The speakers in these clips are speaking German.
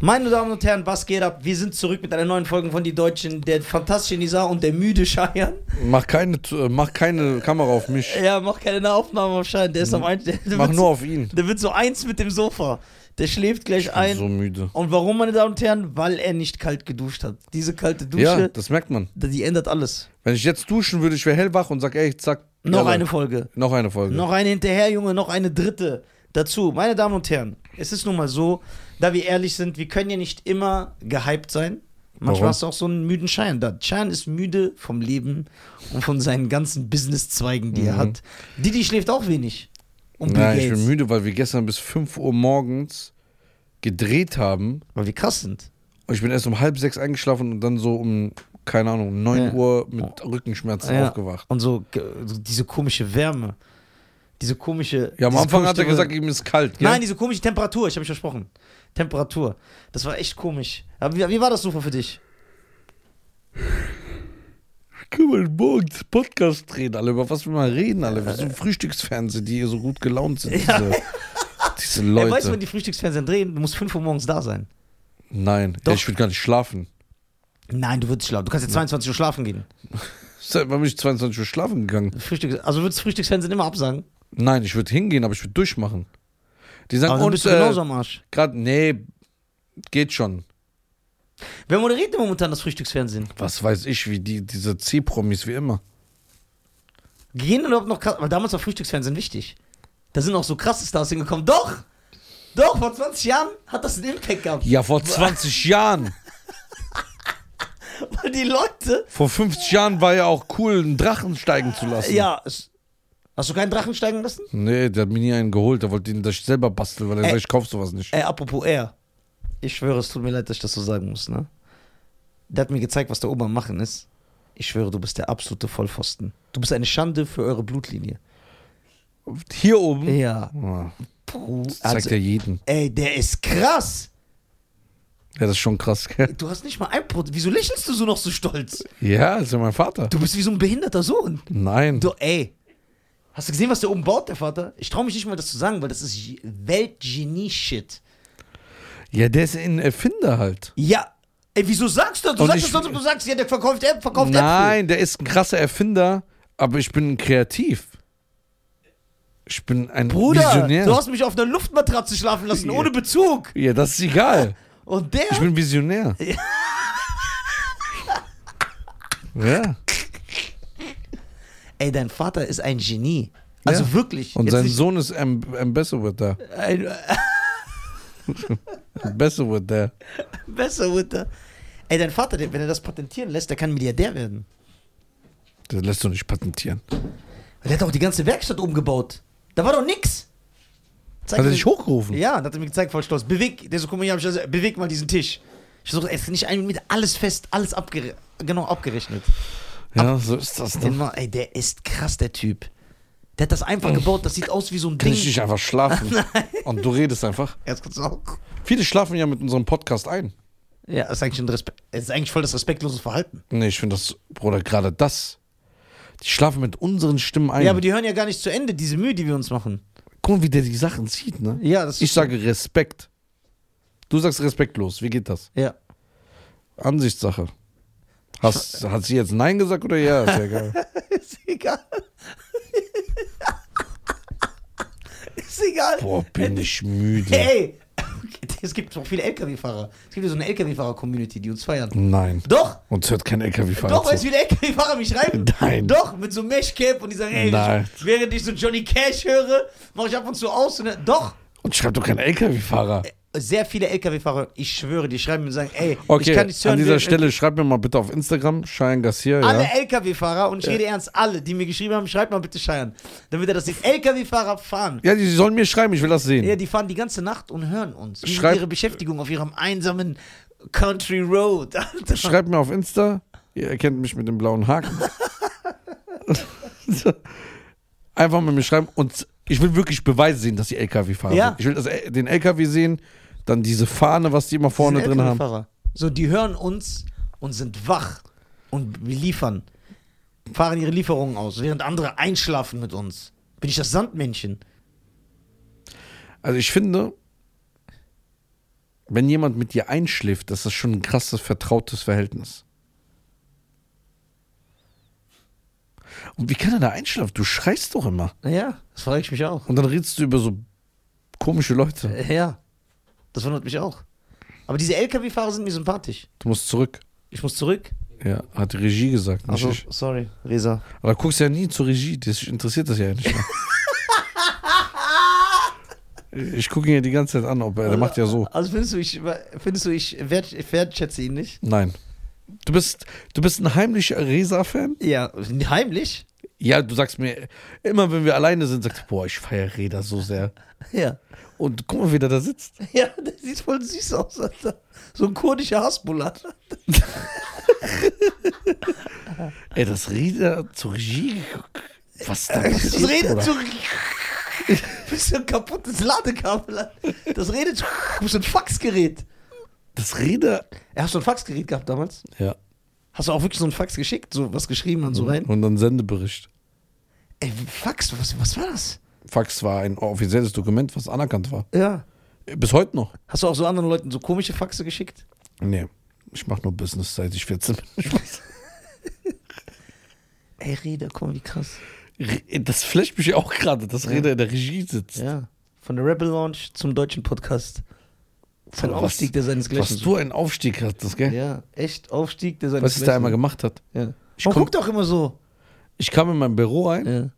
Meine Damen und Herren, was geht ab? Wir sind zurück mit einer neuen Folge von Die Deutschen, der fantastische Nisa und der müde Scheiern. Mach keine, äh, mach keine Kamera auf mich. Ja, mach keine Aufnahme auf Scheiern, der ist auf ein, der, der, Mach wird so, nur auf ihn. der wird so eins mit dem Sofa. Der schläft gleich Ich bin ein. so müde. Und warum, meine Damen und Herren? Weil er nicht kalt geduscht hat. Diese kalte Ja, Dusche, das merkt man. die ändert alles. Wenn ich jetzt duschen würde, ich wäre hellwach und sag, ey, zack. Noch Alter, eine Folge. Noch eine Folge. Noch eine hinterher, Junge, noch eine dritte dazu. Meine Damen und Herren, es ist nun mal so, da wir ehrlich sind, wir können ja nicht immer gehypt sein. Manchmal Warum? hast du auch so einen müden Schein da. Schein ist müde vom Leben und von seinen ganzen Business-Zweigen, die er hat. Didi schläft auch wenig. Und Bill Mhm. Nein, ich Gates. bin müde, weil wir gestern bis 5 Uhr morgens gedreht haben. Weil wir krass sind. Und ich bin erst um halb sechs eingeschlafen und dann so um, keine Ahnung, um 9 Ja. Uhr mit Rückenschmerzen aufgewacht. Und so, ge- so diese komische Wärme. Diese komische. Ja, am dieses Anfang hat er komische- gesagt, ihm ist kalt. Gell? Nein, diese komische Temperatur, ich habe mich versprochen. Temperatur. Das war echt komisch. Aber wie, wie war das Sofa für dich? Können wir morgens Podcast drehen, alle? Über was wir mal reden, alle? Wir sind Frühstücksfernsehen, die hier so gut gelaunt sind. Diese, diese Ey, weißt du, wenn Leute. die Frühstücksfernsehen drehen, du musst 5 Uhr morgens da sein. Nein, Doch. ey, ich will gar nicht schlafen. Nein, du würdest schlafen. Du kannst ja 22 Uhr schlafen gehen. Seit wann halt, bin ich 22 Uhr schlafen gegangen? Frühstück, also würdest Frühstücksfernsehen immer absagen. Nein, ich würde hingehen, aber ich würde durchmachen. Die sagen, Aber dann und bist du genauso äh, am Arsch. gerade, nee, geht schon. Wer moderiert denn momentan das Frühstücksfernsehen? Was weiß ich, wie die, diese C-Promis, wie immer. Gehen denn überhaupt noch krass? Weil damals war Frühstücksfernsehen wichtig. Da sind auch so krasse Stars hingekommen. Doch! Doch, vor 20 Jahren hat das einen Impact gehabt. Ja, vor 20 Jahren. Weil die Leute. Vor 50 Jahren war ja auch cool, einen Drachen steigen zu lassen. Ja. Es, hast du keinen Drachen steigen lassen? Nee, der hat mir nie einen geholt. Der wollte ihn das selber basteln, weil er Ey. sagt, ich kauf sowas nicht. Ey, apropos er. Ich schwöre, es tut mir leid, dass ich das so sagen muss, ne? Der hat mir gezeigt, was der Ober am machen ist. Ich schwöre, du bist der absolute Vollpfosten. Du bist eine Schande für eure Blutlinie. Hier oben. Ja. Ja, Puh, das zeigt also, ja jeden. ey, der ist krass. Ja, das ist schon krass, gell? Du hast nicht mal ein Prozent. Wieso lächelst du so noch so stolz? Ja, das ist ja mein Vater. Du bist wie so ein behinderter Sohn. Nein. Du, ey. Hast du gesehen, was der oben baut, der Vater? Ich traue mich nicht mal, das zu sagen, weil das ist G- Weltgenie-Shit. Ja, der ist ein Erfinder halt. Ja. Ey, wieso sagst du das? Du Und sagst ich- das, sonst, du sagst, ja, der verkauft App, verkauft Äpfel. Nein, der ist ein krasser Erfinder, aber ich bin kreativ. Ich bin ein Bruder, Visionär. du hast mich auf einer Luftmatratze schlafen lassen, Ja. ohne Bezug. ja, das ist egal. Und Ich der. bin Visionär. ja. Ey, dein Vater ist ein Genie. Also Ja. wirklich. Und Jetzt sein nicht Sohn ist ein Ambassador da. Ein, Ambassador da. besser, Mutter. Ey, dein Vater, der, wenn er das patentieren lässt, der kann Milliardär werden. Das lässt du nicht patentieren. Der hat auch die ganze Werkstatt umgebaut. Da war doch nix. Zeig Hat er mir- dich hochgerufen? Ja, dann hat er mir gezeigt, voll stolz. Beweg, der so, guck mal, hier hab ich also, beweg mal diesen Tisch. Ich so, es ist nicht ein mit alles fest, alles abgere genau abgerechnet. Ja, so ist das Den dann. Mann, ey, der ist krass, der Typ. Der hat das einfach gebaut, das sieht aus wie so ein Oh. Kann Ding. ich nicht einfach schlafen? Und du redest einfach. Erst kurz auf. Viele schlafen ja mit unserem Podcast ein. Ja, das ist eigentlich ein Respekt. Es ist eigentlich voll das respektlose Verhalten. Nee, ich finde das, Bruder, gerade das. Die schlafen mit unseren Stimmen ein. Ja, aber die hören ja gar nicht zu Ende, diese Mühe, die wir uns machen. Guck mal, wie der die Sachen sieht, ne? Ja, das ist. Ich sage Respekt. Du sagst respektlos. Wie geht das? ja. Ansichtssache. Hast, hat sie jetzt Nein gesagt oder ja? Ist ja egal. Ist egal. ist egal. Boah, bin ich müde. Hey, es gibt auch viele LKW-Fahrer. Es gibt ja so eine LKW-Fahrer-Community, die uns feiern. Nein. Doch, Uns hört kein LKW-Fahrer. doch, zu. weißt du, wie viele LKW-Fahrer mich schreiben? Nein. Doch, mit so einem Mesh-Cap und die sagen, hey, Nein. ich, während ich so Johnny Cash höre, mache ich ab und zu aus. Und dann, doch, Und schreib doch kein LKW-Fahrer. Äh, sehr viele LKW-Fahrer, ich schwöre, die schreiben mir und sagen, ey, Okay, ich kann nicht hören. an dieser wer- Stelle schreibt mir mal bitte auf Instagram, Schein Garcia, ja. Alle LKW-Fahrer, und ich rede ernst, alle, die mir geschrieben haben, schreibt mal bitte Scheiern, damit er das sieht. LKW-Fahrer fahren. Ja, die sollen mir schreiben, ich will das sehen. Ja, die fahren die ganze Nacht und hören uns. Wie Schreib- ist ihre Beschäftigung auf ihrem einsamen Country Road? Alter. Schreibt mir auf Insta, ihr erkennt mich mit dem blauen Haken. So. Einfach mal mir schreiben und ich will wirklich Beweise sehen, dass die LKW fahren. Ja. Ich will das, den LKW sehen, dann diese Fahne, was die immer vorne Diese drin haben. LKW-Fahrer. So, die hören uns und sind wach und wir liefern. Fahren ihre Lieferungen aus, während andere einschlafen mit uns. Bin ich das Sandmännchen? Also ich finde, wenn jemand mit dir einschläft, das ist schon ein krasses, vertrautes Verhältnis. Und wie kann er da einschlafen? Du schreist doch immer. Ja, das frage ich mich auch. Und dann redest du über so komische Leute. Ja, das wundert mich auch. Aber diese LKW-Fahrer sind mir sympathisch. Du musst zurück. Ich muss zurück. Ja, hat die Regie gesagt. Nicht Also, ich. sorry, Reza. Aber da guckst du ja nie zur Regie. Das interessiert das ja nicht. Mehr. ich gucke ihn ja die ganze Zeit an, ob er, der macht ja so. Also findest du, ich, findest du, ich wert- ich wertschätze ihn nicht? Nein. Du bist, du bist ein heimlicher Resa-Fan? Ja, heimlich? Ja, du sagst mir, immer wenn wir alleine sind, sagst du, boah, ich feiere Reda so sehr. Ja. Und guck mal, wie der da sitzt. Ja, der sieht voll süß aus, Alter. So ein kurdischer Hasbullah. Ey, das Reda zur Regie geguckt. Was ist da Äh, Das passiert, redet Bruder? so. Bist du ein kaputtes Ladekabel? Alter. Das redet so. Bist du ein Faxgerät? Das Reda. Ja, hast du ein Faxgerät gehabt damals? Ja. Hast du auch wirklich so ein Fax geschickt? So was geschrieben und so rein? Und dann Sendebericht. Ey, Fax, was, was war das? Fax war ein offizielles Dokument, was anerkannt war. Ja. Bis heute noch. Hast du auch so anderen Leuten so komische Faxe geschickt? Nee, ich mache nur Business, seit ich 14 bin. Ey, Reda, guck mal, wie krass. Re- Das flasht mich ja auch gerade, dass Reda in der Regie sitzt. Ja. Von der Rebel Launch zum deutschen Podcast. Sein Was- Aufstieg, der seinesgleichen. Was du einen Aufstieg hattest, gell? Ja, echt Aufstieg, der seinesgleichen. Was es da einmal gemacht hat. Ja. Ich Man komm- guckt auch immer so. Ich kam in mein Büro ein, Ja.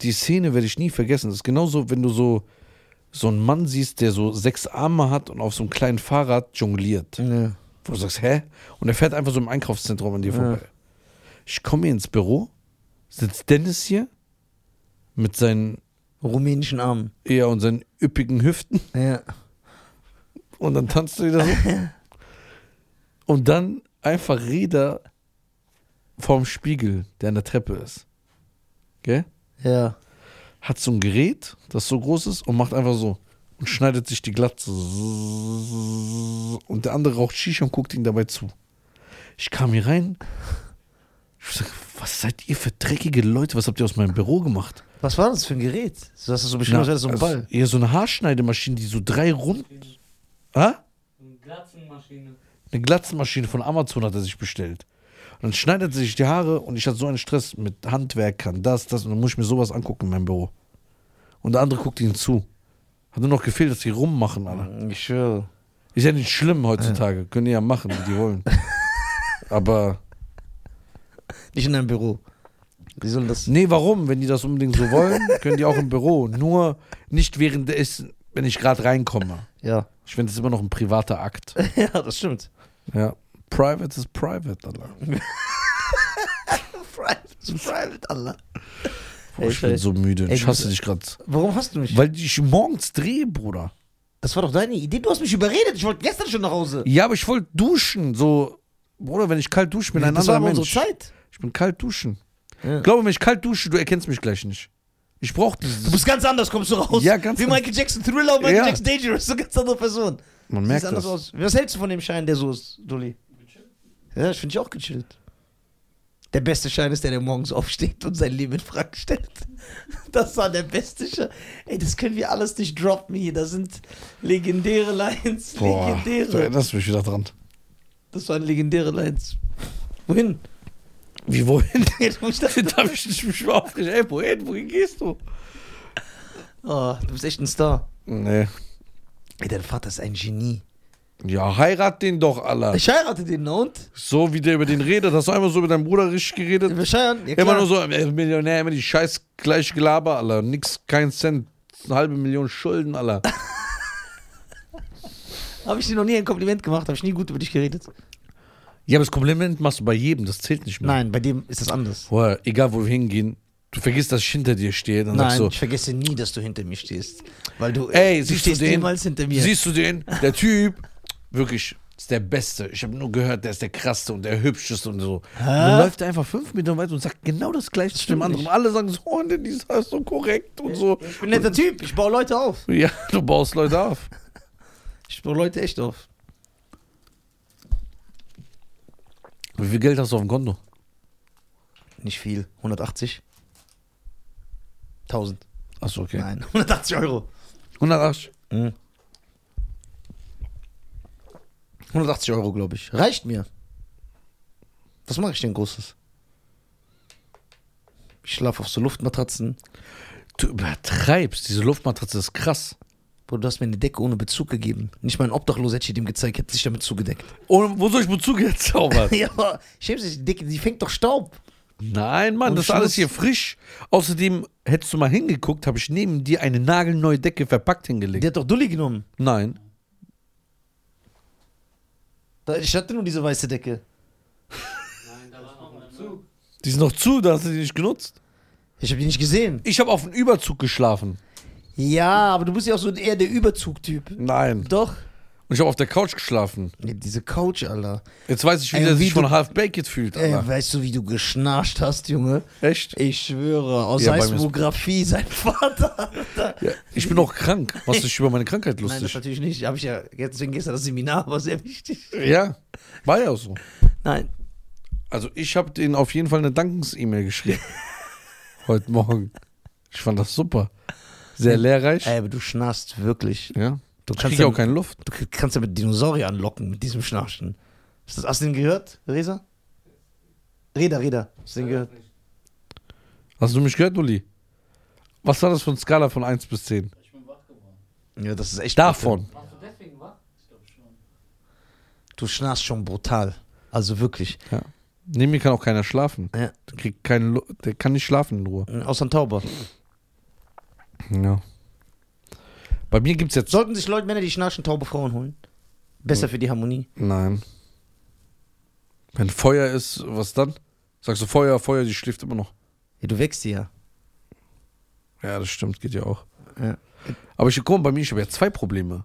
die Szene werde ich nie vergessen. Das ist genauso, wenn du so, so einen Mann siehst, der so sechs Arme hat und auf so einem kleinen Fahrrad jongliert. ja. Wo du sagst, hä? Und er fährt einfach so im Einkaufszentrum an dir vorbei. Ich komme hier ins Büro, sitzt Dennis hier mit seinen, Rumänischen Armen. ja, und seinen üppigen Hüften. Ja. Und dann tanzt du wieder so. Und dann einfach Reda vorm Spiegel, der an der Treppe ist. Gell? Ja. Hat so ein Gerät, das so groß ist und macht einfach so. Und schneidet sich die Glatze. Und der andere raucht Shisha und guckt ihm dabei zu. Ich kam hier rein. Ich sag, was seid ihr für dreckige Leute? Was habt ihr aus meinem Büro gemacht? Was war das für ein Gerät? Du hast das so beschrieben, als wäre das so ein also, Ball. Ja, so eine Haarschneidemaschine, die so drei Runden. Hä? Eine Glatzenmaschine. Eine Glatzenmaschine von Amazon hat er sich bestellt. Und dann schneidet sie sich die Haare und ich hatte so einen Stress mit Handwerkern, das, das. Und dann muss ich mir sowas angucken in meinem Büro. Und der andere guckt ihnen zu. Hat nur noch gefehlt, dass die rummachen, Alter. Ich schwöre. Ist ja nicht schlimm heutzutage. Können die ja machen, wie die wollen. Aber, Nicht in deinem Büro. Wie sollen das. nee, warum? Wenn die das unbedingt so wollen, können die auch im Büro. Nur nicht während der ist, wenn ich gerade reinkomme. Ja. Ich finde das immer noch ein privater Akt. Ja, das stimmt. Ja. Private ist private, Alter. Private, private, Allah. Boah, ich bin so müde. Ey, Ich du hasse bist- dich gerade. Warum hast du mich? Weil ich morgens drehe, Bruder. das war doch deine Idee. Du hast mich überredet. Ich wollte gestern schon nach Hause. Ja, aber ich wollte duschen. So, Bruder, wenn ich kalt dusche, bin ich ein das war anderer aber Mensch. unsere Zeit. Ich bin kalt duschen. Ja. Glaube, wenn ich kalt dusche, du erkennst mich gleich nicht. Ich brauche Du dieses. bist ganz anders, kommst du raus. Ja, ganz Wie anders. Michael Jackson Thriller und Michael Ja. Jackson Dangerous. So eine ganz andere Person. Man Siehst merkt anders das. aus. Was hältst du von dem Schein, der so ist, Dulli? Ja, das finde ich auch gechillt. Der beste Schein ist der, der morgens aufsteht und sein Leben in Frage stellt. Das war der beste Schein. Ey, das können wir alles nicht droppen hier. Da sind legendäre Lines. Boah, du legendäre. erinnerst mich wieder dran. Das waren legendäre Lines. Wohin? Wie wohin? Ich dachte, Darf ich nicht mich mal aufrichten? Ey, wohin? Wohin gehst du? oh, du bist echt ein Star. Nee. Ey, dein Vater ist ein Genie. Ja, heirat den doch, Allah. Ich heirate den, na und? So wie der über den redet. Hast du einmal so über deinen Bruder richtig geredet? Wir scheiern. Ja, Immer klar. nur so, äh, Millionär, immer die scheiß gleiche Gelaber, Alter. Nix, kein Cent, eine halbe Million Schulden, Alter. Habe ich dir noch nie ein Kompliment gemacht? Habe ich nie gut über dich geredet? Ja, aber das Kompliment machst du bei jedem, das zählt nicht mehr. Nein, bei dem ist das anders. Boah, egal wo wir hingehen, du vergisst, dass ich hinter dir stehe. Dann Nein, sagst du, ich vergesse nie, dass du hinter mir stehst. Weil du, ey, du siehst du stehst den? niemals hinter mir. Siehst du den? Der Typ, wirklich, ist der Beste. Ich habe nur gehört, der ist der Krasseste und der Hübscheste und so. Und dann läuft er einfach fünf Meter weit und sagt genau das Gleiche zu dem stimmt anderen. nicht. Alle sagen so, oh, der ist so korrekt und so. ich bin ein netter Typ, ich baue Leute auf. Ja, du baust Leute auf. Ich baue Leute echt auf. Wie viel Geld hast du auf dem Konto? Nicht viel, 180. 1000. Achso, okay. Nein, 180 Euro. 180. 180 Euro, glaube ich. Reicht mir. Was mache ich denn Großes? Ich schlafe auf so Luftmatratzen. Du übertreibst. Diese Luftmatratze ist krass. Bro, du hast mir eine Decke ohne Bezug gegeben. Nicht mal ein Obdachloser hätte ich dem gezeigt, hätte sich damit zugedeckt. Und wo soll ich Bezug jetzt zaubern? ja, aber schämst dich, die Decke, die fängt doch Staub. Nein, Mann, Und das ist alles Schluss. hier frisch. Außerdem, hättest du mal hingeguckt, habe ich neben dir eine nagelneue Decke verpackt hingelegt. Die hat doch Dulli genommen. Nein. Da- Ich hatte nur diese weiße Decke. Nein, da war noch ein Zug. Die ist noch zu, da hast du die nicht genutzt. Ich habe die nicht gesehen. Ich habe auf dem Überzug geschlafen. Ja, aber du bist ja auch so eher der Überzugtyp. Nein. Doch. Und ich habe auf der Couch geschlafen. Nee, diese Couch, Alter. Jetzt weiß ich, wie Ey, der wie sich du- von Half Baked fühlt. Ey, Aber. weißt du, wie du geschnarcht hast, Junge? Echt? Ich schwöre, aus Ja, bei mir ist- Seismografie, sein Vater. Alter. Ja. Ich bin auch krank. Machst du dich über meine Krankheit Nein, das lustig? natürlich nicht. Habe ich ja jetzt deswegen gestern das Seminar, war sehr wichtig. ja, war ja auch so. Nein. Also ich habe denen auf jeden Fall eine Dankens-E-Mail geschrieben. Heute Morgen. Ich fand das super. Sehr lehrreich. Ey, aber du schnarchst wirklich. Ja. Du kannst kriegst ja ja- auch keine Luft. Du k- kannst ja mit Dinosaurier anlocken mit diesem Schnarchen. Hast du das hast du den gehört, Resa? Reda, Reda. Hast du den gehört? Hast du mich gehört, Uli? Was war das für eine Skala von 1 bis 10? Ja, das ist echt. Davon. Warst du deswegen wach? brutal. Du schnarchst schon brutal. Also wirklich. Ja. Neben mir kann auch keiner schlafen. Ja. Der, kriegt keine Lu der kann nicht schlafen in Ruhe. Außer ein Tauber. Ja. Bei mir gibt es jetzt. Sollten sich Leute, Männer, die schnarchen, taube Frauen holen? Besser Hm. für die Harmonie. Nein. Wenn Feuer ist, was dann? Sagst du Feuer, Feuer, die schläft immer noch. Ja, du wächst die ja. Ja, das stimmt, geht ja auch. Ja. Aber ich guck mal, bei mir, ich habe ja zwei Probleme.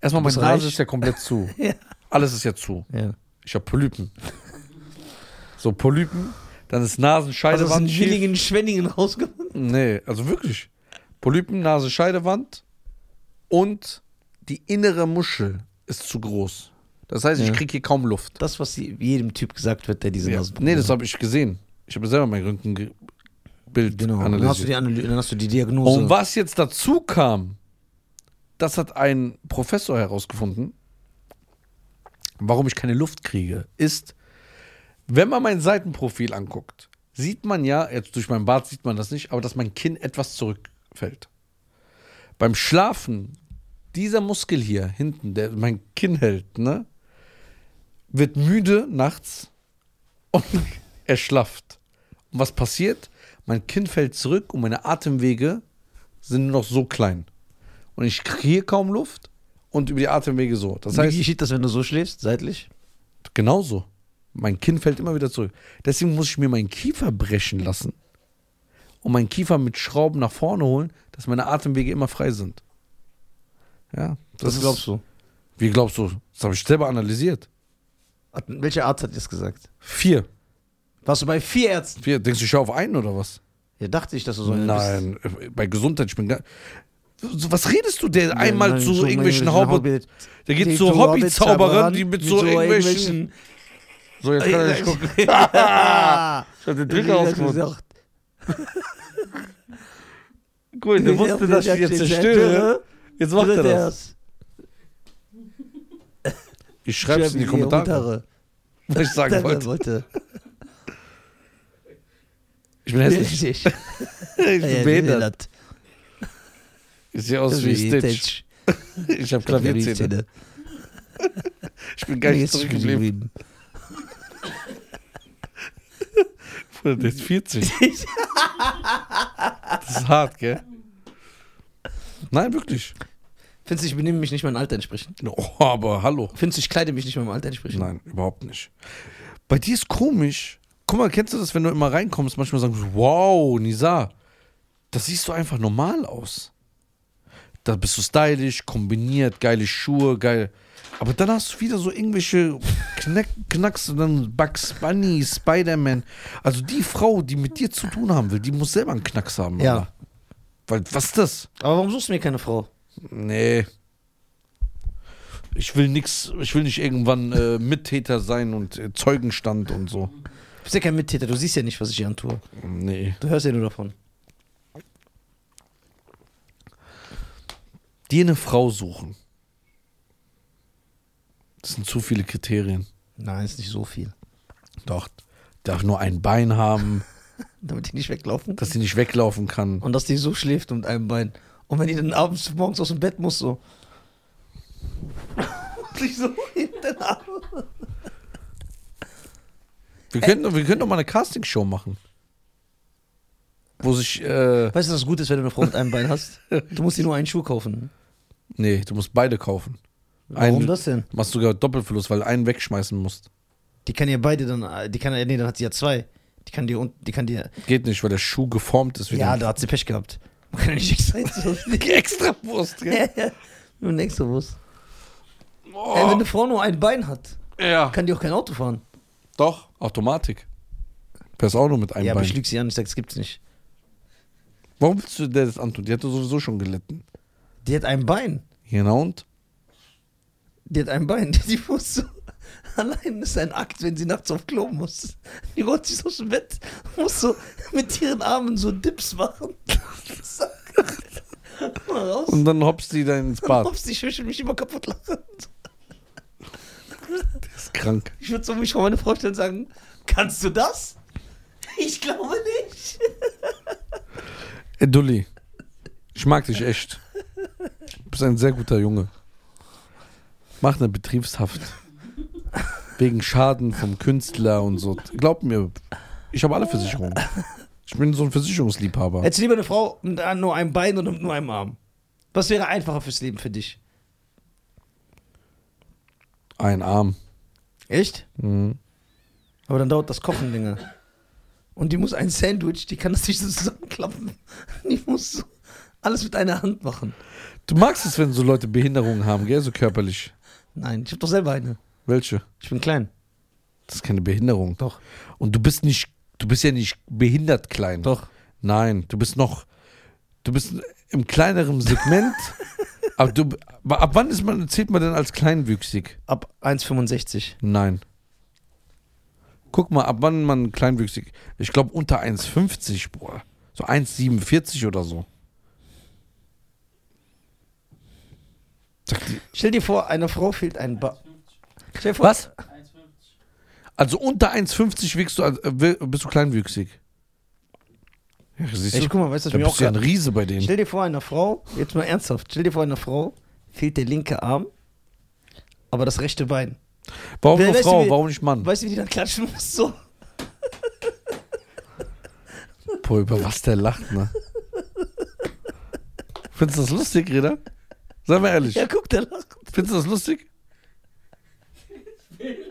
Erstmal, Du meine bist Nase reich. ist ja komplett zu. Ja. Alles ist ja zu. ja. Ich habe Polypen. So, Polypen, dann ist Nasenscheidewand. Also sind schief. Schwillingen, Schwenningen rausgekommen. Nee, also wirklich. Polypen, Nase, Scheidewand und die innere Muschel ist zu groß. Das heißt, ich Ja. kriege hier kaum Luft. Das, was sie- jedem Typ gesagt wird, der diese Ja. Nasenprobleme Nee, das habe ich gesehen. Ich habe selber mein Röntgenbild Genau, dann hast, du die analysiert. Analy dann hast du die Diagnose. Und Oh, was jetzt dazu kam, das hat ein Professor herausgefunden, warum ich keine Luft kriege, ist, wenn man mein Seitenprofil anguckt, sieht man ja, jetzt durch meinen Bart sieht man das nicht, aber dass mein Kinn etwas zurückfällt. Beim Schlafen, dieser Muskel hier hinten, der mein Kinn hält, ne, wird müde nachts und er schlafft. Und was passiert? Mein Kinn fällt zurück und meine Atemwege sind nur noch so klein. Und ich kriege kaum Luft und über die Atemwege so. Das Wie heißt, geschieht das, wenn du so schläfst, seitlich? genauso. Mein Kinn fällt immer wieder zurück. Deswegen muss ich mir meinen Kiefer brechen lassen und meinen Kiefer mit Schrauben nach vorne holen, dass meine Atemwege immer frei sind. Ja, Das, ist- glaubst du. Wie glaubst du? Das habe ich selber analysiert. Hat, welcher Arzt hat dir das gesagt? Vier. Warst du bei vier Ärzten? Vier. Denkst du, ich schaue auf einen oder was? Ja, dachte ich, dass du so einer bist. Nein, äh, bei Gesundheit, ich bin gar. So, Was redest du denn einmal Nein, zu so irgendwelchen irgendwelchen Hobbit? Hobbit- Die Da geht zu Hobbyzauberern, die mit so irgendwelchen. So, jetzt kann ich gucken. Ah, Ich hab den ich Trigger hab ausgemacht. gesagt, Gut, der wusste, dass ich jetzt zerstöre. Jetzt macht er das. Ich schreibe es in die Kommentare, was ich sagen Wollte. wollte. wollte. Ich bin hässlich. Richtig. Ich bin Ja, behindert. behindert. Ich sehe aus wie Stitch. Ich habe Klavierzähne. Klavierzähne. Ich bin gar nicht Jetzt zurückgeblieben. zurückgeblieben. Bruder, Der ist 40. Das ist hart, gell? Nein, wirklich. Findest du, ich benehme mich nicht meinem Alter entsprechend? Oh, aber hallo. Findest du, ich kleide mich nicht meinem Alter entsprechend? Nein, überhaupt nicht. Bei dir ist komisch. Guck mal, kennst du das, wenn du immer reinkommst, manchmal sagen, sie, wow, Nisa, das siehst du einfach normal aus. Da bist du stylisch, kombiniert, geile Schuhe, geil. Aber dann hast du wieder so irgendwelche Knack, Knacks und dann Bugs Bunny, Spider-Man. Also die Frau, die mit dir zu tun haben will, die muss selber einen Knacks haben. Ja. Alter. Weil, was ist das? Aber warum suchst du mir keine Frau? Nee. Ich will nix, ich will nicht irgendwann äh, Mittäter sein und äh, Zeugenstand und so. Du bist ja kein Mittäter, du siehst ja nicht, was ich hier antue. Nee. Du hörst ja nur davon. Dir eine Frau suchen. Das sind zu viele Kriterien. Nein, ist nicht so viel. Doch. Darf nur ein Bein haben, Damit die nicht weglaufen. dass sie nicht weglaufen kann. Und dass die so schläft mit einem Bein. Und wenn die dann abends morgens aus dem Bett muss, so. Und sich so hinten ab. Wir könnten, wir könnten doch mal eine Castingshow machen. Wo sich, äh, Weißt du, was gut ist, wenn du eine Frau mit einem Bein hast? Du musst dir nur einen Schuh kaufen. nee, du musst beide kaufen. Warum Einen- das denn? Machst sogar Doppelverlust, weil du einen wegschmeißen musst. Die kann ja beide dann, äh, die kann ja, nee, dann hat sie ja zwei. Die kann dir und, die kann dir, Geht nicht, weil der Schuh geformt ist. wie ja, die- da hat sie Pech gehabt. Man kann ja nicht extra so. extra Wurst. ja, Gell? ja. Nur ein extra Bus. Ey, wenn Oh, eine Frau nur ein Bein hat, ja. kann die auch kein Auto fahren. Doch, Automatik. Per ist auch nur mit einem ja, aber ich Bein. lüge sie an, ich sag, das gibt's nicht. Warum willst du der das antun? Die hat doch sowieso schon gelitten. Die hat ein Bein. Genau und? Die hat ein Bein. Die muss so. Allein ist ein Akt, wenn sie nachts auf Klo muss. Die rollt sich so aus dem Bett, muss so mit ihren Armen so Dips machen. So. Mal raus. Und dann hoppst die dann ins Bad. Ups, ich will mich immer kaputt lachen. Das ist krank. Ich würde so mich vor meine Frau stellen und sagen, kannst du das? Ich glaube nicht. Ey, Dulli, ich mag dich echt. Du bist ein sehr guter Junge. Mach eine Betriebshaft. Wegen Schaden vom Künstler und so. Glaub mir, ich habe alle Versicherungen. Ich bin so ein Versicherungsliebhaber. Hättest du lieber eine Frau mit nur einem Bein und nur einem Arm? Was wäre einfacher fürs Leben für dich? Ein Arm. Echt? Mhm. Aber dann dauert das Kochen länger. Und die muss ein Sandwich, die kann das nicht so zusammenklappen. Die muss so alles mit einer Hand machen. Du magst es, wenn so Leute Behinderungen haben, gell? So körperlich. Nein, ich habe doch selber eine. Welche? Ich bin klein. Das ist keine Behinderung. Doch. Und du bist nicht, du bist ja nicht behindert klein. Doch. Nein, du bist noch, du bist im kleineren Segment. aber du, aber ab wann ist man, zählt man denn als kleinwüchsig? Ab 1,65. Nein. Guck mal, ab wann man kleinwüchsig, ich glaube unter 1,50, boah. So 1,47 oder so. Sag die- Stell dir vor, einer Frau fehlt ein Bein. Stell dir vor, Was? Also unter 1,50 wiegst du, als- äh, wi- bist du kleinwüchsig. Ja, siehst Ich du, guck mal, weißt du, was da mir auch bist du ja ein grad- Riese bei denen. Stell dir vor, einer Frau, jetzt mal ernsthaft, stell dir vor, einer Frau fehlt der linke Arm, aber das rechte Bein. Warum Wer nur weiß, Frau, wie- warum nicht Mann? Weißt du, wie die dann klatschen muss? So. Boah, über was der lacht, ne? Findest du das lustig, Reda? Sei mal ehrlich. Ja, guck, der lacht. Findest du das lustig?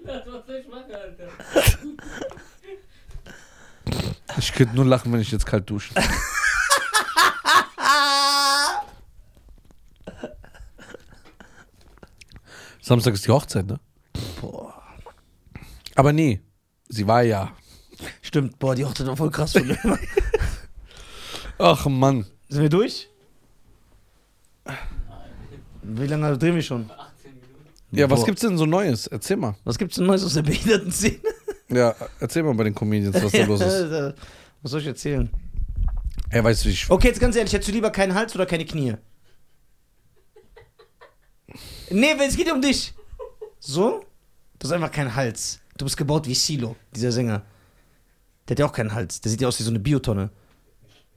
Das was soll ich machen, Alter? Ich könnte nur lachen, wenn ich jetzt kalt dusche. Samstag ist die Hochzeit, ne? Boah. Aber nee, sie war ja. Stimmt, boah, die Hochzeit war voll krass. Von mir. Ach Mann. Sind wir durch? Wie lange also drehen wir schon? 18 Minuten. Ja, was Boah. gibt's denn so Neues? Erzähl mal. Was gibt's denn Neues aus der Behindertenszene? Ja, erzähl mal bei den Comedians, was da los ist. Was soll ich erzählen? Er weiß, wie ich. Okay, jetzt ganz ehrlich, hättest du lieber keinen Hals oder keine Knie? Nee, es geht um dich. So? Du hast einfach keinen Hals. Du bist gebaut wie Silo, dieser Sänger. Der hat ja auch keinen Hals. Der sieht ja aus wie so eine Biotonne.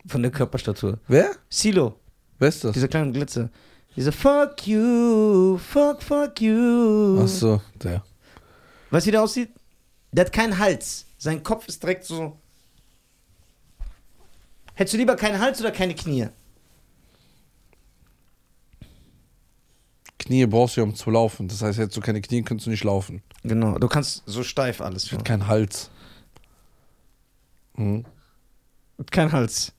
Von der Körperstatur. Wer? Silo, Wer ist das? dieser kleine Glitzer. Dieser Fuck you, fuck, fuck you. Ach so, der. Weißt du, wie der aussieht? Der hat keinen Hals. Sein Kopf ist direkt so. Hättest du lieber keinen Hals oder keine Knie? Knie brauchst du ja, um zu laufen. Das heißt, hättest du keine Knie, könntest du nicht laufen. Genau, du kannst so steif alles. Ich hätte keinen Hals. Mhm. Kein Hals.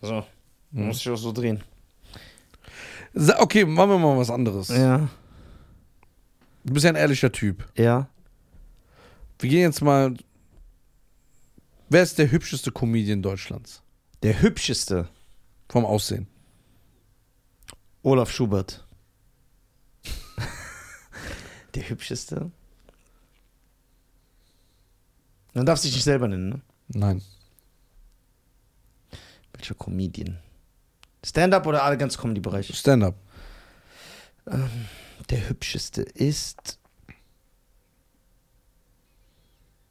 Hm. So. Muss ich auch so drehen. Sa- Okay, machen wir mal was anderes. Ja. Du bist ja ein ehrlicher Typ. Ja. Wir gehen jetzt mal. Wer ist der hübscheste Comedian Deutschlands? Der hübscheste. Vom Aussehen. Olaf Schubert. Der hübscheste. Man darf sich nicht selber nennen, ne? Nein. Welcher Comedian? Stand-up oder alle ganz Comedy-Bereich? Stand-up. Der hübscheste ist.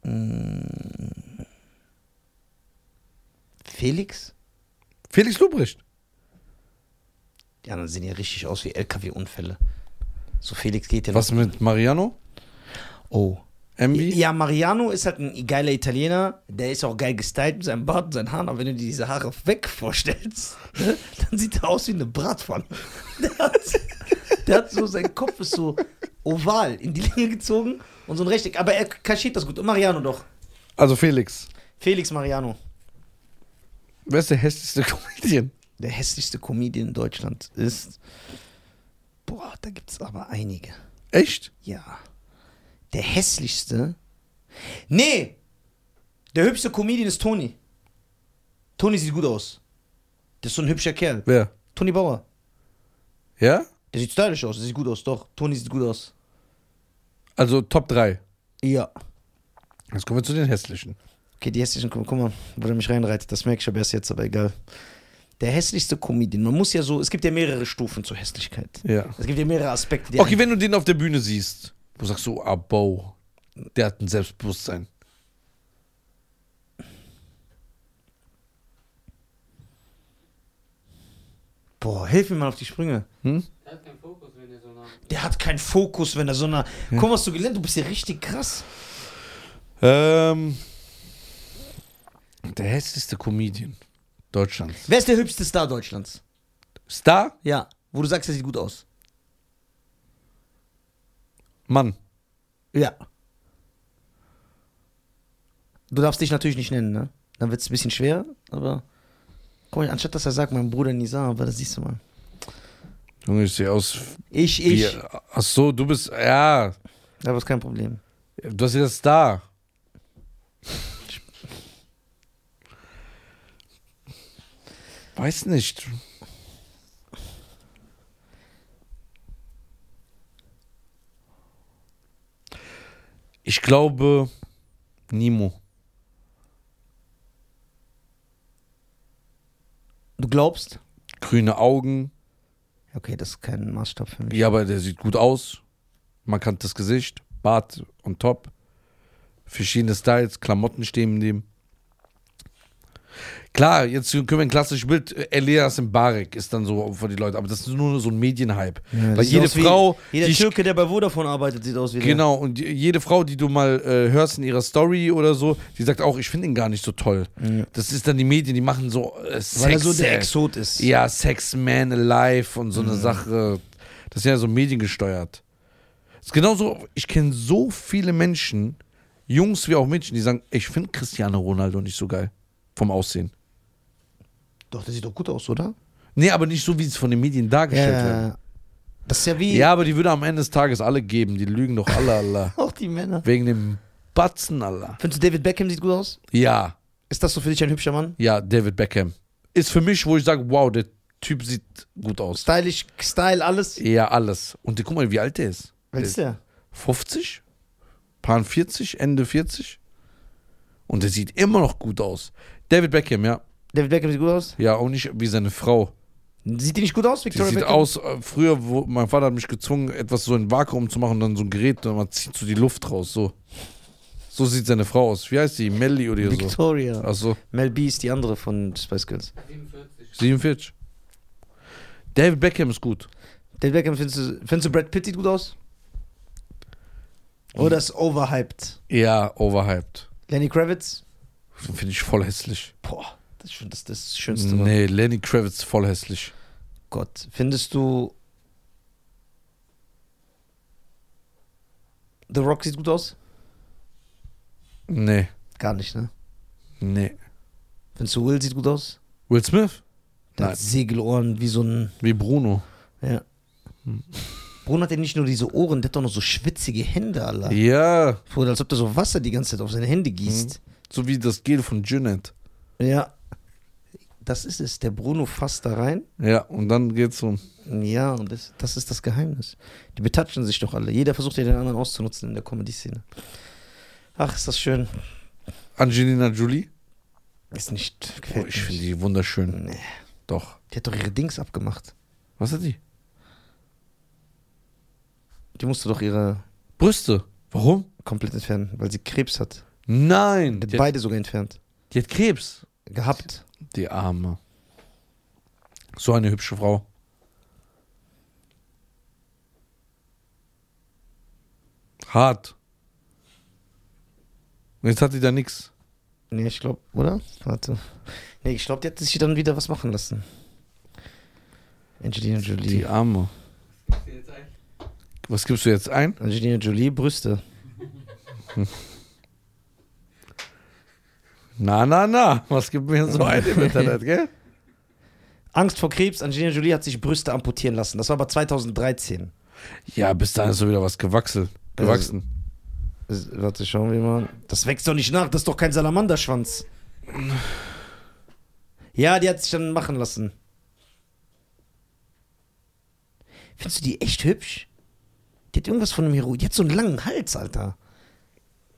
Hm. Felix? Felix Lobrecht. Die anderen sehen ja richtig aus wie LKW-Unfälle. So Felix geht ja Was mit Mariano? noch. Oh. Envy? Ja, Mariano ist halt ein geiler Italiener, der ist auch geil gestylt mit seinem Bart und seinen Haaren, aber wenn du dir diese Haare weg vorstellst, ne, dann sieht er aus wie eine Bratpfanne. Der hat, der hat so, sein Kopf ist so oval in die Linie gezogen und so ein Rechteck, aber er kaschiert das gut. Und Mariano doch. Also Felix. Felix Mariano. Wer ist der hässlichste Comedian? der hässlichste Comedian in Deutschland ist. Boah, da gibt es aber einige. Echt? Ja. Der hässlichste. Nee! Der hübschste Comedian ist Toni. Toni sieht gut aus. Der ist so ein hübscher Kerl. Wer? Toni Bauer. Ja? Der sieht stylisch aus, der sieht gut aus, doch. Toni sieht gut aus. Also Top 3. Ja. Jetzt kommen wir zu den hässlichen. Okay, die hässlichen, guck, guck mal, wo der mich reinreitet, das merke ich aber erst jetzt, aber egal. Der hässlichste Comedian, man muss ja so, es gibt ja mehrere Stufen zur Hässlichkeit. Ja. Es gibt ja mehrere Aspekte. die Okay, wenn du den auf der Bühne siehst, wo sagst du, ah, Bo, der hat ein Selbstbewusstsein. einen- Boah, hilf mir mal auf die Sprünge. Hm? Der hat keinen Fokus, wenn der so nah ist. Der hat keinen Fokus, wenn er so einer. Guck mal, was du gelernt Du bist ja richtig krass. Ähm, der hässlichste Comedian Deutschlands. Wer ist der hübschste Star Deutschlands? Star? Ja. Wo du sagst, er sieht gut aus. Mann. Ja. Du darfst dich natürlich nicht nennen, ne? Dann wird es ein bisschen schwer, aber. Guck mal, anstatt dass er sagt, mein Bruder Nisa, aber das siehst du mal. Junge, ich sehe aus Ich, wie... ich. Ach so, du bist... Ja, Aber ist kein Problem. du hast ja das Star. Weiß nicht. Ich glaube, Nimo. Du glaubst? Grüne Augen. Okay, das ist kein Maßstab für mich. Ja, aber der sieht gut aus. Markantes Gesicht, Bart und top. Verschiedene Styles, Klamotten stehen neben. Klar, jetzt können wir ein klassisches Bild. äh, Elias Mbarek ist dann so für die Leute, aber das ist nur so ein Medienhype. Ja, Weil das sieht jede aus wie- Frau, Jeder die ich, Türke, der bei Vodafone arbeitet, sieht aus wie der. genau, und die- jede Frau, die du mal äh, hörst in ihrer Story oder so, die sagt auch, ich finde ihn gar nicht so toll. Das ist dann die Medien, die machen so äh, Sex. Weil er so der äh, Exot ist. ja, Sex, Man, Alive und so eine Sache. Das ist ja so mediengesteuert. ist genauso, ich kenne so viele Menschen, Jungs wie auch Mädchen, die sagen, ich finde Cristiano Ronaldo nicht so geil. Vom Aussehen. Doch, der sieht doch gut aus, oder? Nee, aber nicht so, wie es von den Medien Ja, dargestellt ja. wird. ja. Das ist ja wie Ja, aber die würde am Ende des Tages alle geben. Die lügen doch alle, alle. auch die Männer. Wegen dem Batzen, alle. Findest du David Beckham sieht gut aus? Ja, Ist das so für dich ein hübscher Mann? ja, David Beckham. Ist für mich, wo ich sage, wow, der Typ sieht gut aus. Stylisch, Style, alles. Ja, alles. Und guck mal, wie alt der ist. Was ist der? 50, Paar 40, Ende 40. Und der sieht immer noch gut aus. David Beckham, ja. David Beckham sieht gut aus? Ja, auch nicht wie seine Frau. Sieht die nicht gut aus, Die Victoria sieht Beckham? aus, äh, früher, wo, mein Vater hat mich gezwungen, etwas so in Vakuum zu machen und dann so ein Gerät und man zieht so die Luft raus, so. So sieht seine Frau aus. Wie heißt die? Melly oder so? Victoria. Achso, Mel B ist die andere von Spice Girls. 47. 47. David Beckham ist gut. David Beckham, findest du, findest du Brad Pitt sieht gut aus? Oder ist overhyped? Ja, overhyped. Lenny Kravitz? Finde ich voll hässlich. Boah, das ist schon das, das, ist das Schönste. Mann. Nee, Lenny Kravitz voll hässlich. Gott, findest du... The Rock sieht gut aus? Nee, Gar nicht, ne? nee. Findest du Will sieht gut aus? Will Smith? Der Nein. hat Segelohren wie so ein... Wie Bruno. Ja. Bruno hat ja nicht nur diese Ohren, der hat doch noch so schwitzige Hände, Alter. Ja, Bruder, als ob der so Wasser die ganze Zeit auf seine Hände gießt. so wie das Gel von Junet. Mhm. Ja. Das ist es. Der Bruno fasst da rein. Ja, und dann geht's um. Ja, und das, das ist das Geheimnis. Die betatschen sich doch alle. Jeder versucht ja den anderen auszunutzen in der Comedy-Szene. Ach, ist das schön. Angelina Jolie? Ist nicht. Oh, Gefällt ich mir finde nicht. die wunderschön. Nee. Doch. Die hat doch ihre Dings abgemacht. Was hat die? Die musste doch ihre Brüste. Warum? komplett entfernen, weil sie Krebs hat. Nein, Die hat die hat, beide sogar entfernt. die hat Krebs. Gehabt. Die Arme. So eine hübsche Frau. Hart. Und jetzt hat die da nichts. Nee, ich glaube, oder? Warte. Nee, ich glaube, die hat sich dann wieder was machen lassen. Angelina Die Jolie. Arme. Gibst du jetzt ein? Was gibst du jetzt ein? Angelina Jolie, Brüste. Na, na, na. Was gibt mir so ein im Internet, gell? Angst vor Krebs. Angelina Jolie hat sich Brüste amputieren lassen. Das war aber 2013. Ja, bis dahin ist so wieder was gewachsen. Gewachsen. S- Warte, schauen wir mal. Das wächst doch nicht nach. Das ist doch kein Salamanderschwanz. Ja, die hat sich dann machen lassen. Findest du die echt hübsch? Die hat irgendwas von einem Hero. Die hat so einen langen Hals, Alter.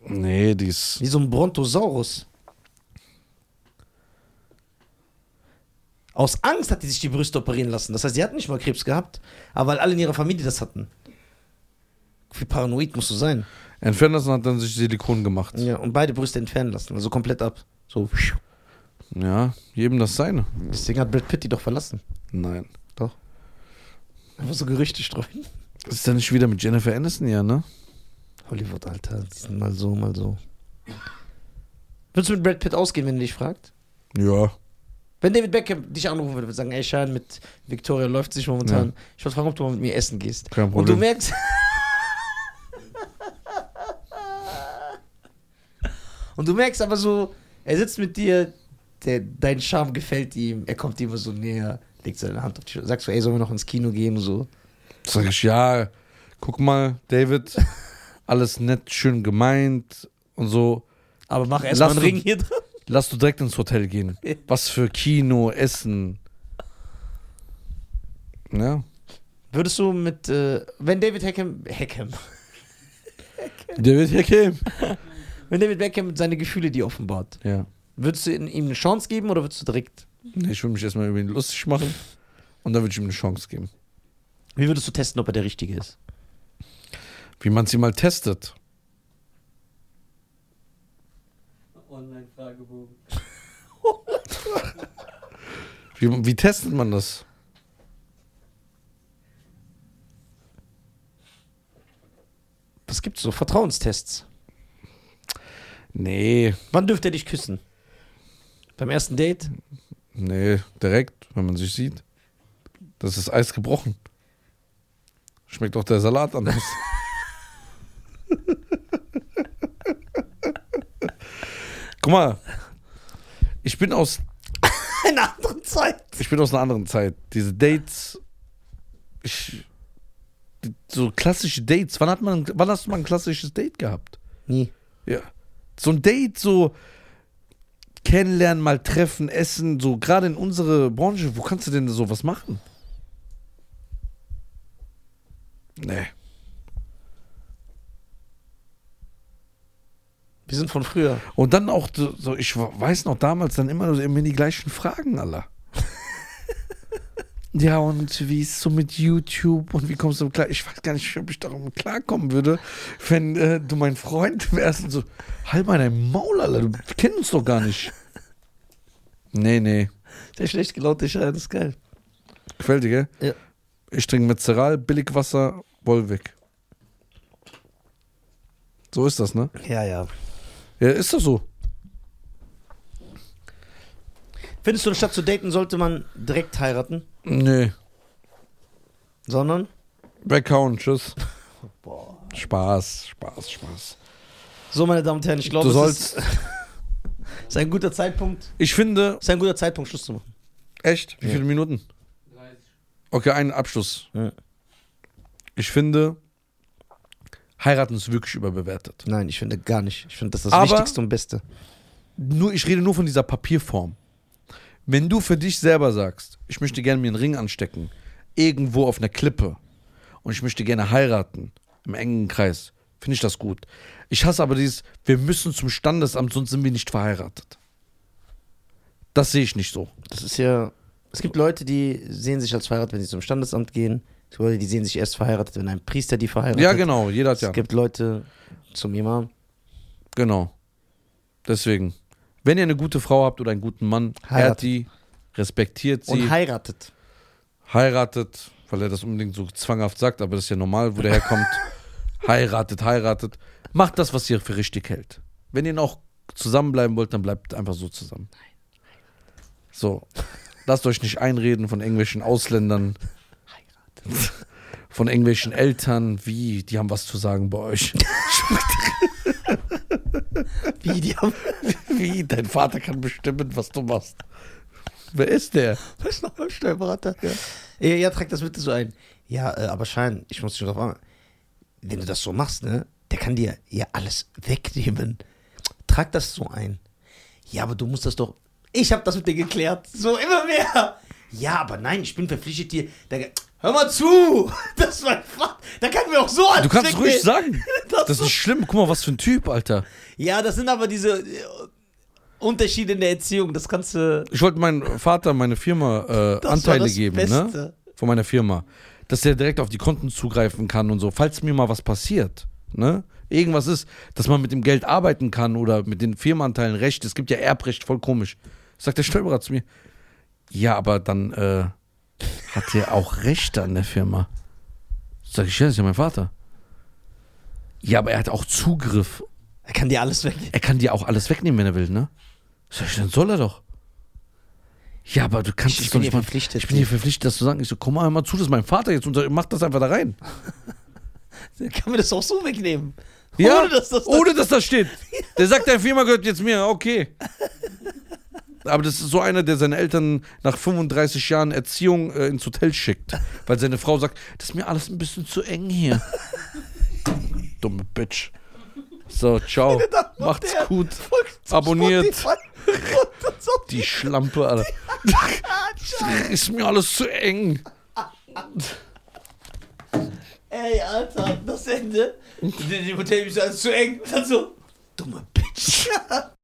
Nee, die ist. Wie so ein Brontosaurus. Aus Angst hat die sich die Brüste operieren lassen. Das heißt, sie hat nicht mal Krebs gehabt, aber weil alle in ihrer Familie das hatten. Wie paranoid musst du sein? Entfernt das und hat dann sich Silikon gemacht. Ja, und beide Brüste entfernen lassen, also komplett ab. So. Ja, jedem das seine. Deswegen hat Brad Pitt die doch verlassen. Nein. Doch. Einfach so Gerüchte streuen. Das ist dann nicht wieder mit Jennifer Aniston, ja, ne? Hollywood, Alter, die sind mal so, mal so. Würdest du mit Brad Pitt ausgehen, wenn er dich fragt? Ja. Wenn David Beckham dich anrufen würde, würde sagen, ey Schein, mit Victoria läuft sich momentan. Ich wollte fragen, ob du mal mit mir essen gehst. Kein Und du Problem. merkst. Und du merkst aber so, er sitzt mit dir, der, dein Charme gefällt ihm, er kommt dir immer so näher, legt seine Hand auf die Schulter, sagst du, ey, sollen wir noch ins Kino gehen und so. Sag ich, ja, guck mal, David, alles nett, schön gemeint und so. Aber mach erstmal Lass einen du- Ring hier dran. Lass du direkt ins Hotel gehen. Was für Kino, Essen. Ja. Würdest du mit, äh, wenn David Hackham, Hackham, David Hakim. wenn David Beckham seine Gefühle dir offenbart, Ja. würdest du in- ihm eine Chance geben oder würdest du direkt, Nee, ich würde mich erstmal über ihn lustig machen und dann würde ich ihm eine Chance geben. wie würdest du testen, ob er der Richtige ist? Wie man sie mal testet. Online-Fragebogen. Wie, wie testet man das? Was gibt's so? Vertrauenstests. Nee, Wann dürfte er dich küssen? Beim ersten Date? nee, direkt, wenn man sich sieht. Das ist Eis gebrochen. Schmeckt auch der Salat anders. Guck mal, ich bin aus In einer anderen Zeit. ich bin aus einer anderen Zeit. Diese Dates, ich, so klassische Dates. Wann, hat man, wann hast du mal ein klassisches Date gehabt? Nie. Ja. So ein Date, so kennenlernen, mal treffen, essen, so gerade in unsere Branche, wo kannst du denn sowas machen? Nee. Wir sind von früher. Und dann auch so, so, ich weiß noch damals dann immer so immer die gleichen Fragen aller. ja, und wie ist so mit YouTube und wie kommst du klar? Ich weiß gar nicht, ob ich darum klarkommen würde, wenn äh, du mein Freund wärst und so, halt mal dein Maul, Alter, du kennst uns doch gar nicht. Nee, nee. Der schlecht gelaunte Schein ist geil. Gefällt dir, gell? Ja. Ich trinke Metzeral, Billigwasser, Wollweg. So ist das, ne? Ja, ja. Ja, ist das so. Findest du, anstatt zu daten, sollte man direkt heiraten? Nee. Sondern? Weghauen, tschüss. Spaß, Spaß, Spaß. So, meine Damen und Herren, ich glaube, du es sollst. ist, ist ein guter Zeitpunkt. Ich finde. Ist ein guter Zeitpunkt, Schluss zu machen. Echt? Wie Ja. viele Minuten? 30. Okay, einen Abschluss. Ja. Ich finde, heiraten ist wirklich überbewertet. Nein, ich finde gar nicht. Ich finde, das ist das Aber- Wichtigste und Beste. Nur, ich rede nur von dieser Papierform. Wenn du für dich selber sagst, ich möchte gerne mir einen Ring anstecken, irgendwo auf einer Klippe, und ich möchte gerne heiraten, im engen Kreis, finde ich das gut. Ich hasse aber dieses, wir müssen zum Standesamt, sonst sind wir nicht verheiratet. Das sehe ich nicht so. Das ist ja. Es gibt Leute, die sehen sich als verheiratet, wenn sie zum Standesamt gehen. Es gibt Leute, die sehen sich erst verheiratet, wenn ein genau, Priester die verheiratet. Ja, genau, jeder hat Es ja. gibt Leute zum Imam. Genau. Deswegen, wenn ihr eine gute Frau habt oder einen guten Mann, Heiratet. ehrt die, respektiert sie, Und heiratet. heiratet, weil er das unbedingt so zwanghaft sagt, aber das ist ja normal, wo der herkommt. heiratet, heiratet. Macht das, was ihr für richtig hält. Wenn ihr noch zusammenbleiben wollt, dann bleibt einfach so zusammen. So, lasst euch nicht einreden von irgendwelchen Ausländern, von irgendwelchen Eltern, wie, die haben was zu sagen bei euch. Wie, die haben, Wie? Dein Vater kann bestimmen, was du machst. Wer ist der? was noch beim Steuerberater? Ja. ja, trag das bitte so ein. Ja, äh, aber Schein, ich muss dich drauf an. Wenn du das so machst, ne, der kann dir ja alles wegnehmen. Trag das so ein. Ja, aber du musst das doch. Ich habe das mit dir geklärt. So immer mehr. Ja, aber nein, ich bin verpflichtet dir. Der, hör mal zu! Das war Vater. Da kann mir auch so alles Du kannst ruhig wegnehmen. sagen. Das Das ist nicht schlimm. Guck mal, was für ein Typ, Alter. Ja, das sind aber diese äh, Unterschiede in der Erziehung. Das kannst du. Ich wollte meinem Vater meine Firma äh, war Anteile das geben, ne? Beste. Von meiner Firma. Dass er direkt auf die Konten zugreifen kann und so. Falls mir mal was passiert, ne? Irgendwas ist, dass man mit dem Geld arbeiten kann oder mit den Firmenanteilen Recht. Es gibt ja Erbrecht, voll komisch. Sagt der Steuerberater zu mir. Ja, aber dann äh, hat er auch Rechte an der Firma. Sag ich, ja, das ist ja mein Vater. Ja, aber er hat auch Zugriff Er kann dir alles wegnehmen. er kann dir auch alles wegnehmen, wenn er will, ne? Sag ich, dann soll er doch. Ja, aber du kannst Ich es bin doch hier mal- verpflichtet. Ich bin hier verpflichtet, das zu sagen. Ich so, komm mal mal zu, das ist mein Vater jetzt und mach das einfach da rein. Der kann mir das auch so wegnehmen. Ja, Ohne dass das. ohne dass das steht. Der sagt, deine Firma gehört jetzt mir, okay. Aber das ist so einer, der seine Eltern nach 35 Jahren Erziehung äh, ins Hotel schickt, weil seine Frau sagt, das ist mir alles ein bisschen zu eng hier. Dumme Bitch. So, ciao. Macht's gut. Abonniert. Die Schlampe, Alter. ist mir alles zu eng. Ey, Hm? Alter, das Ende. Die Hotel ist alles zu eng. Dann so. Dumme Bitch.